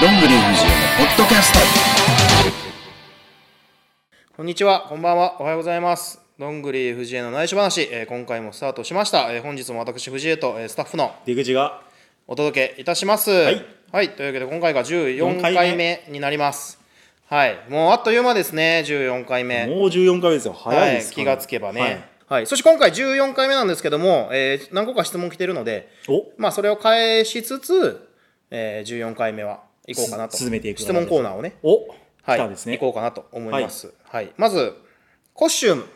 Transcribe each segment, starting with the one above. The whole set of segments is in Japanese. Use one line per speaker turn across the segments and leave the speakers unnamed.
どんぐり藤枝のポッドキャスト
こんにちは、こんばんは、おはようございます。どんぐり藤江の内緒話、えー今回もスタートしました。えー本日も私藤江と、えースタッフの
出口が
お届けいたします。
い
はい、というわけで今回が14
14回目
回目になります。はい、もうあっという間ですね、14回目。
もう14回目ですよ早いです、
は
か
気
な
がつけばね、はいそして今回14回目なんですけども、えー何個か質問来てるので
お
まあ、それを返しつつ、えー14回目は行こうかなと
す進めていく
質問コーナーをね、
お
はい、
来たんですね
行こうかなと思います、はいまずコスチューム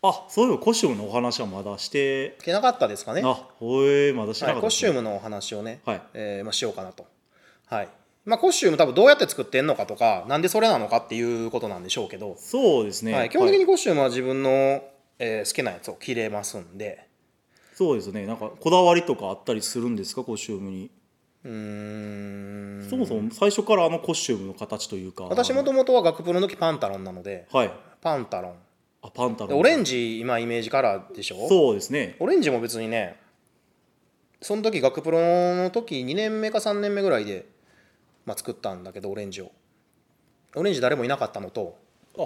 あそういえばコスチュームのお話はまだして
着なかったですかね、は
あほえまだしてなか
い、
った
コ
で
ス
す
チュ
ね、
ームのお話をね、
はい
えーまあ、しようかなと、はいまあ、コスチューム多分どうやって作ってんのかとかなんでそれなのかっていうことなんでしょうけど、
そうですね、
はい、基本的
は
に
い
コスチュームは自分の、えー好きなやつを着れますんで、
そうですねなんかこだわりとかあったりするんですかコスチュームに
うーん
そもそも最初からあのコスチュームの形というか
私もともとは学プロの時パンタロンなので
はい
パンタロン
あパンタロ
で
ン
オレンジ今イメージカラーでしょ
そうですね
オレンジも別にねその時学プロの時2年目か3年目ぐらいで、まあ、作ったんだけどオレンジをオレンジ誰もいなかったのと、
あ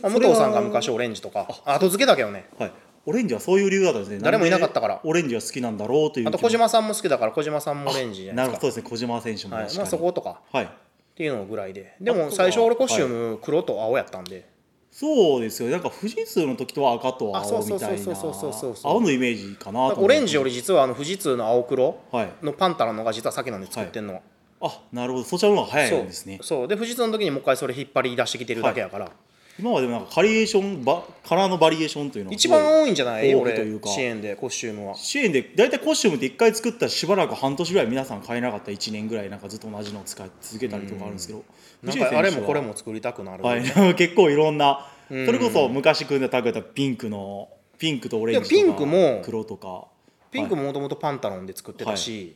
まあ
そ
武
れは
藤さんが昔オレンジとか後付けだけどね
はいオレンジはそういう理由だったんですね
誰もいなかったから
なんでオレンジが好きなんだろうという
あと
気持
小
ち
島さんも好きだから小島さんもオレンジじゃな
ないる
で
ほど
すか
そうですね小島選手も
はい
確か
まあ、
に
そことか
はい
っていうのぐらいでで
あ
も
とは
最初俺コスチューム黒と青やったんで、
そうですよねなんか富士通の時とは赤と
あそう
青
そう
みたい
そう
な
そうそうそうそう
青のイメージかなと思って
オレンジより実はあの富士通の青黒
はい
のパンタロンのが実は先なんで作ってんのは、
あなるほどそちらの方が早
そ
いうですね
そうで富士通の時にもう一回それ引っ張り出してきてるだけやから、
今はでもなんかカリエーションばカラーのバリエーションというのが
一番
多い
多いんじゃない
多い
俺
というか
支援でコスチュームは
支援で大体コスチュームって1回作ったらしばらく半年ぐらい皆さん買えなかった1年ぐらいなんかずっと同じのを使い続けたりとかあるんですけど
なん
藤井選手
か
は
あれもこれも作りたくなる、
はい 結構いろんなそれこそ昔組んでたくったピンクのピンクとオレンジ
いやピ
と
ンク
か
も
黒とか
ピンクももともとパンタロンで作ってたし、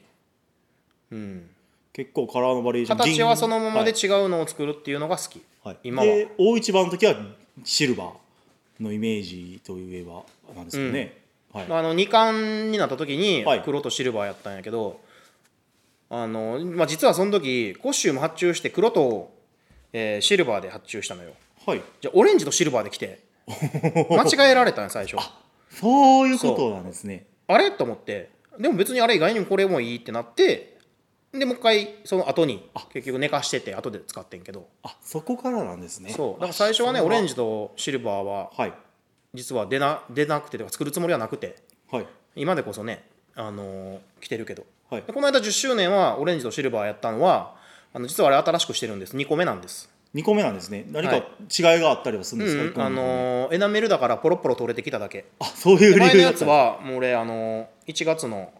うん、
結構カラーのバリエーション
形はそのままで
はい
違うのを作るっていうのが好き、
はい、
今は
で大一番の時はシルバーのイメージといえばなんですよね、はい、
あの2巻になった時に
はい
黒とシルバーやったんやけど、あのまあ、実はその時コスチューム発注して黒と、えーシルバーで発注したのよ
はい、
じゃあオレンジとシルバーで来 て間違えられたんや最初
そういうことなんですね
あれと思ってでも別にあれ以外にもこれもいいってなってでもう一回その後に結局寝かしてて後で使ってんけど
あそこからなんですね
そうだから最初はねオレン
ジ
ジとシルバーは
はい
実は出な出なくてとか作るつもりはなくて
はい
今でこそね、あのー来てるけど
はい
でこの間10周年はオレンジとシルバーやったのはあの実はあれ新しくしてるんです2個目なんです、
2個目なんですね何か
はい
違いがあったりはするんですか、
うん
一個目
あのーエナメルだからポロポロ取れてきただ け
あそういう理
前の
由だ
や
っ
つ
たあ
はもう俺、あのー1月の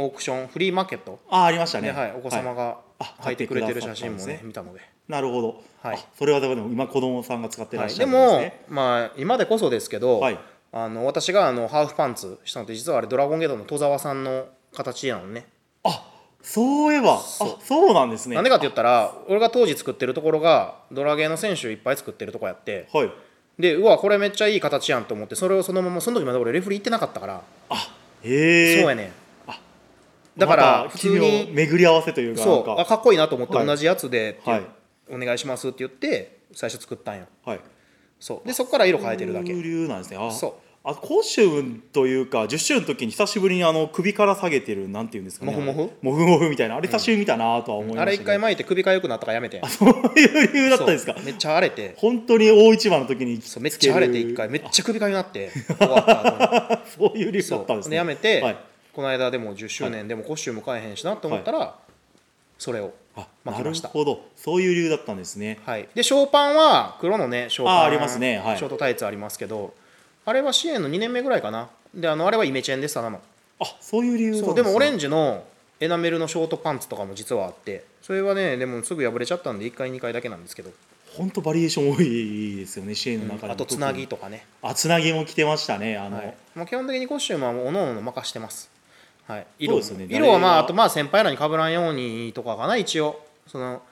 オークションフリーマーケット
あありました
で、
ね
はい、お子様
はい
が
あ
書いてくれてる写真も
買
ね、
ってくださったんですね
見たので、
なるほど、
はい
あそれはでも今子供さんが使ってら
は
っ
い、
しゃ
で
るんです
も
ね、、
まあ、今でこそですけど、
はい
あの私があのハーフパンツしたのって実はあれドラゴンゲートの戸沢さんの形なのね
あそういえばあそうなんですね
なんでかって言ったら俺が当時作ってるところがドラゲーの選手いっぱい作ってるとこやって
はい
でうわこれめっちゃいい形やんと思ってそれをそのままその時まだ俺レフリー行ってなかったから、
あへえ
そうやねんだから
また
普通
奇妙
に
巡り合わせというかな
そ
んか
うあかっこいいなと思って
はい
同じやつでって、
はい
お願いしますって言って最初作ったんよ
はい
そうでそこから色変えてるだけ
風流なんですねあ
そう
あコシューンというか10周の時に久しぶりにあの首から下げてるなんていうんですかね
モフモフ
モフモフみたいなあれ久しぶりに見たなとは思いました、ね
あれ一回巻いて首が良くなったからやめて
そういう理由だったんですか
そうめっちゃ荒れて
本当に大一番の時に
そうめっちゃ荒れて一回めっちゃ首が良くな って終わった後に
あそういう理由
そ
だったんです
う
ね
でやめて、
はい
この間でも10周年でもコスチューム変えへんしなと思ったら、それを
あ
巻
な
き
る
ました
ほどそういう理由だったんですね
はい、でショーパンは黒のねショーパン
あありますねはい
ショートタイツありますけどあれは支援の2年目ぐらいかなであのあれはイメチェンでしたなの
あそういう理由なん
そうでもオレ
ジ
ンジのエナメルのショートパンツとかも実はあってそれはねでもすぐ破れちゃったんで1回2回だけなんですけど
本当バリエーション多いですよね支援の中でも
あとつなぎとかね、
あつなぎも着てましたねあの、
はいまあ、基本的にコスチュームはもうおのおの任してます、はい、色
そうですよね
色はまあ
誰
あ
が
とまあ先輩らに被らんようにとかかな一応その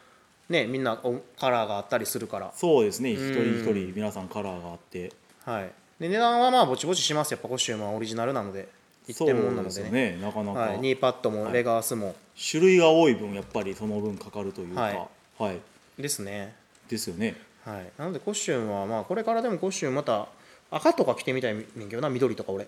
ねみんなおカラーがあったりするから
そうですね一
ん
人一人皆さんカラーがあって
はい、で値段はまあぼちぼちしますやっぱコスチュームはオリジナルなので一点もんなので
そう
ね
すよねなかなか、
はい、ニーパッドもレガースも、
種類が多い分やっぱりその分かかるというか、
はい
はい
ですね
ですよね
はいなのでコッシュンはまあこれからでもコッシュンまた赤とか着てみたいねんけどな緑とか俺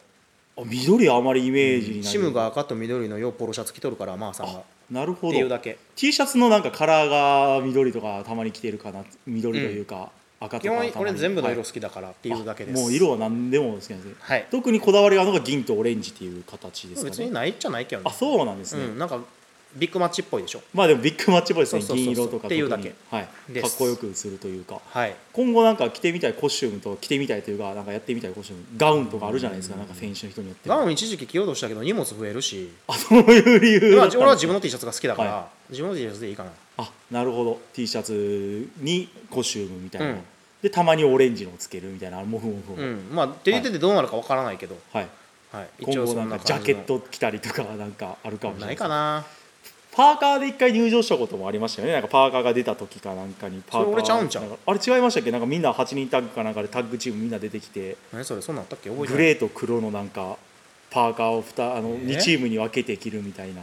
あ緑はあまりイメージにない、
シムが赤と緑のようポロシャツ着とるからまあさんがっ
なるほ
て
ど
いうだけ
T シャツのなんかカラーが緑とかたまに着てるかな緑というか、赤
基
とかたま
本
に
俺全部の
はい
色好きだからっていうだけです、
もう色は何でもですけどね
はい
特にこだわりがあるのが銀とオレンジっていう形ですかね
別にないっちゃないけどね
あそうなんです
う
ね、
んなんかビッグマッチっぽいでしょ
まあでもビッグマッチっぽいですね
そうそうそうそう
銀色とか
っていうだ
特
け
に、はい、
です
かっこよく映るというか
はい
今後なんか着てみたいコスチュームと着てみたいというかなんかやってみたいコスチュームガウンとかあるじゃないですかなんか選手の人によって
ガ
は
ウン一時期着ようとしたけど荷物増えるし
あそういう理由
今
だったんです
俺は自分の T シャツが好きだから、
は
自分の T シャツでいいかな
あなるほど T シャツにコスチュームみたいな、
うん
でたまにオレンジのをつけるみたいなもふもふ、
うんまあ出ててどうなるかわからないけど、
はい
はい、一
今
応
後
そ
なんん
な
か
感
ジ
じの
ャケット着たりとかなんかあるかもしれな
ないいかな
パーカーで一回入場したこともありましたよねなんかパーカーが出た時かなんかにパーカー
それ俺ちゃうんちゃう
なんかあれ違いましたっけなんかみんな8人タッグかなんかでタッグチームみんな出てきて
何それそんなんあったっけ覚えて
グ
ない
レーと黒のなんかパーカーを 2, あの
え
2チームに分けて着るみたいな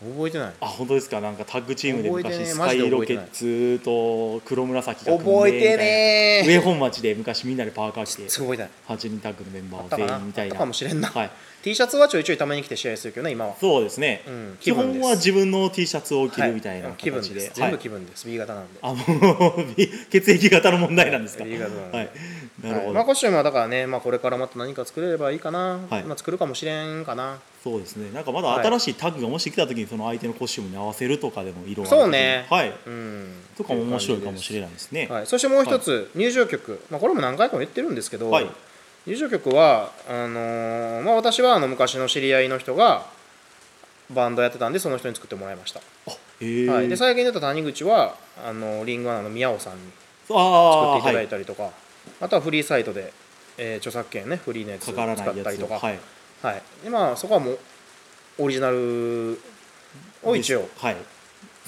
覚えてない
あ本当ですかなんかタッグチームで
覚えてね
昔
え
ス
マ
カ
ジで
イ
覚
ロ
えて
ケ
ない
ッツと黒紫が組んで
覚えてね
み
え
たいな上本町で昔みんなでパーカー着て
すごいない
8人タッグのメンバ
あっ
ー
たか
全
な
員みたい
あっ
な
たかもしれんな
はい、
T シャツはちょいちょいために来て試合するけどね今は
そうですね、
うん
基
気分
本
です
は自分の T シャツを着
は
るみたいな
気分
形
で
で、
す全部気分です、B 型なんで
あもう B 血液型の問題なんですか。
はい B 型なんで
はい。なる
はい
ほ
まあ、
ど。
コッシュもだからね、まあ、これからまた何か作れればいいかな、
はい
まあ、作るかもしれんかな
そうですね。なんかまだ新しいタッグがもし来た時にその相手のコスチュームに合わせるとかでも色を
そうね
はい。
うん
とかも面白いかもし
れ
れないですね。
はい、そしてもう一つ、入場曲、まあ、これも何回かも言ってるんですけど、
はい
入場曲はあのーまあ、私はあの昔の知り合いの人がバンドやってたんでその人に作ってもらいました、
あ、へえ。
はい、で最近出た谷口はあのリンゴアナの宮尾さんに作
あ
ってい
あ
ただ
はいい。
たりとか、あとはフリーサイトで、えー著作権ねフリーのやつ
か
を
から
使
な
っ
い
た
や
り
つ
と
を
か
はい。
はいでまあ、そこはもうオリジナルを一応
ですはい。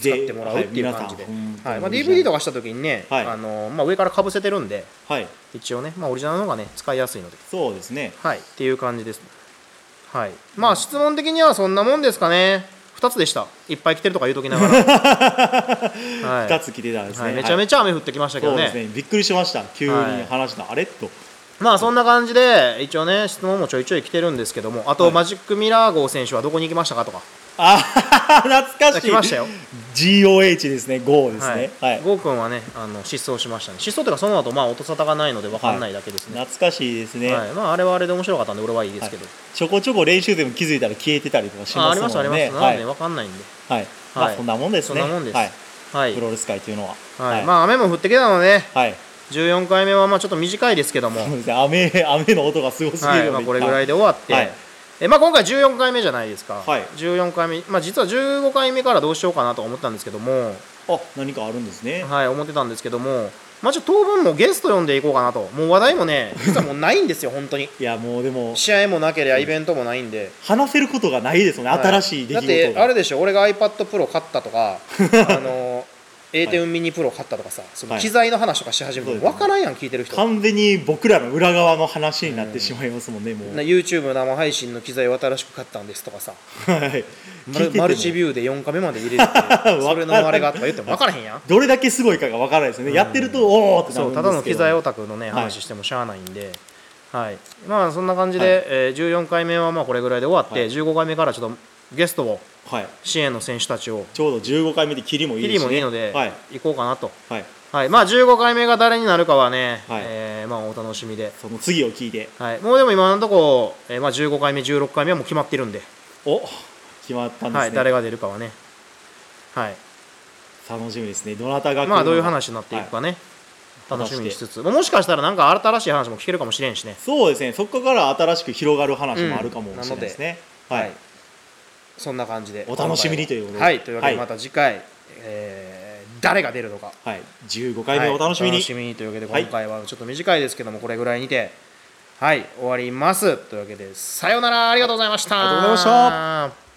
使ってもらうっていう感じで、はい
は皆さん
い
ほん
まあ、
オリジナ
DVD
ル
とかした時にね、
はい
あのまあ、上からかぶせてるんで
はい。
一応ね、まあ、オリジナルの方がね使いやすいので、
そうですね。
はい、っていう感じです、はい、まあ質問的にはそんなもんですかね2つでしたいっぱい来てるとか言うときながら、 はい
二つ着てたんです
は
ね。
い、めちゃ
はい
めちゃ雨降ってきましたけ
そ
ど
う
ね,、
ですね。びっくりしました。急に話したあれと。
まあそんな感じで一応ね質問もちょいちょい来てるんですけどもあと、
はい
マジックミラー号選手はどこに行きましたかとか
あ懐かしい。
来ましたよ。
GOH ですね。GO ですね。はい。
ゴー君はねあの失踪しましたね失踪というかその後まあ音沙汰がないので分かんないだけですね、
懐かしいですね、
はいまあ、あれはあれで面白かったんで俺はいいですけど、
ちょこちょこ練習でも気づいたら消えてたりとかし
ああ
ま
り
す
ます
も
あり
ん
ます、
ね
なの
はい
で分かんないんで
はいま
は
あ
い
そんなもんですね
そんなもんです
はい
はい、
プロレス界というのは
はい
はい
まあ雨も降ってきたので、ね、
はい
14回目はまあちょっと短いですけども、
そうですね雨雨の音がすごすぎ
は
る
い
ので、
まあ、これぐらいで終わって、
はい
えまあ、今回14回目じゃないですか、
はい
14回目、まあ、実は15回目からどうしようかなと思ったんですけども、
あ何かあるんですね
はい、思ってたんですけども、まあ、ちょっと当分もゲスト呼んでいこうかなともう話題も ね実はもうないんですよ本当に
いやもうでも
試合もなければイベントもないんで、
話せることがないですよね、
はい
新しい出来
だっ
事
て
が
あれでしょ俺が iPadPro 買ったと かあの A 点ミニプロ買ったとかさその
はい
機材の話とかし始めても分からんやん聞いてる人
完全に僕らの裏側の話になってしまいますもんね、もう、
な YouTube 生配信の機材を新しく買ったんですとかさ
はい
マルマルチ
ュー
ビューで4カメまで入れるって いうそれのあれがとか言っても分からへんやん
どれだけすごいかがわからないですよね、やってるとおおってな
そ
るん
う
ですけど
ただの機材オタクのね
い
話してもしゃあないんで、はいまあそんな感じで、えー14回目はまあこれぐらいで終わって、
はい
15回目からちょっとゲストを
はい
支援の選手たちを
ちょうど15回目でキリもいい
切
です
り
ね
もいいので、
はい
行こうかなと、
はい
はい、まあ15回目が誰になるかはね、
はい
えーまあ、お楽しみで、
その次を聞いて
はい、もうでも今のところ、えーまあ、15回目16回目はもう決まってるんで
お決まったんですね、
はい、誰が出るかはね、はい
楽しみですねどなたが来るのか
まあ、どういう話になっていくかね、
はい
楽しみにしつつもしかしたらなんか新しい話も聞けるかもしれんしね
そうですねそこから新しく広がる話もあるかもしれないですね、は
はいい、そんな感じで
お楽しみにということで
今回ははいというわけで
は
ま
い
た次回、えー誰が出るのか
はい、15回目お楽しみ
はいお楽
に、
しみにというわけで
はい
今回はちょっと短いですけどもこれぐらいにてはい終わりますというわけでさようならありがとうございました
ありがとうございました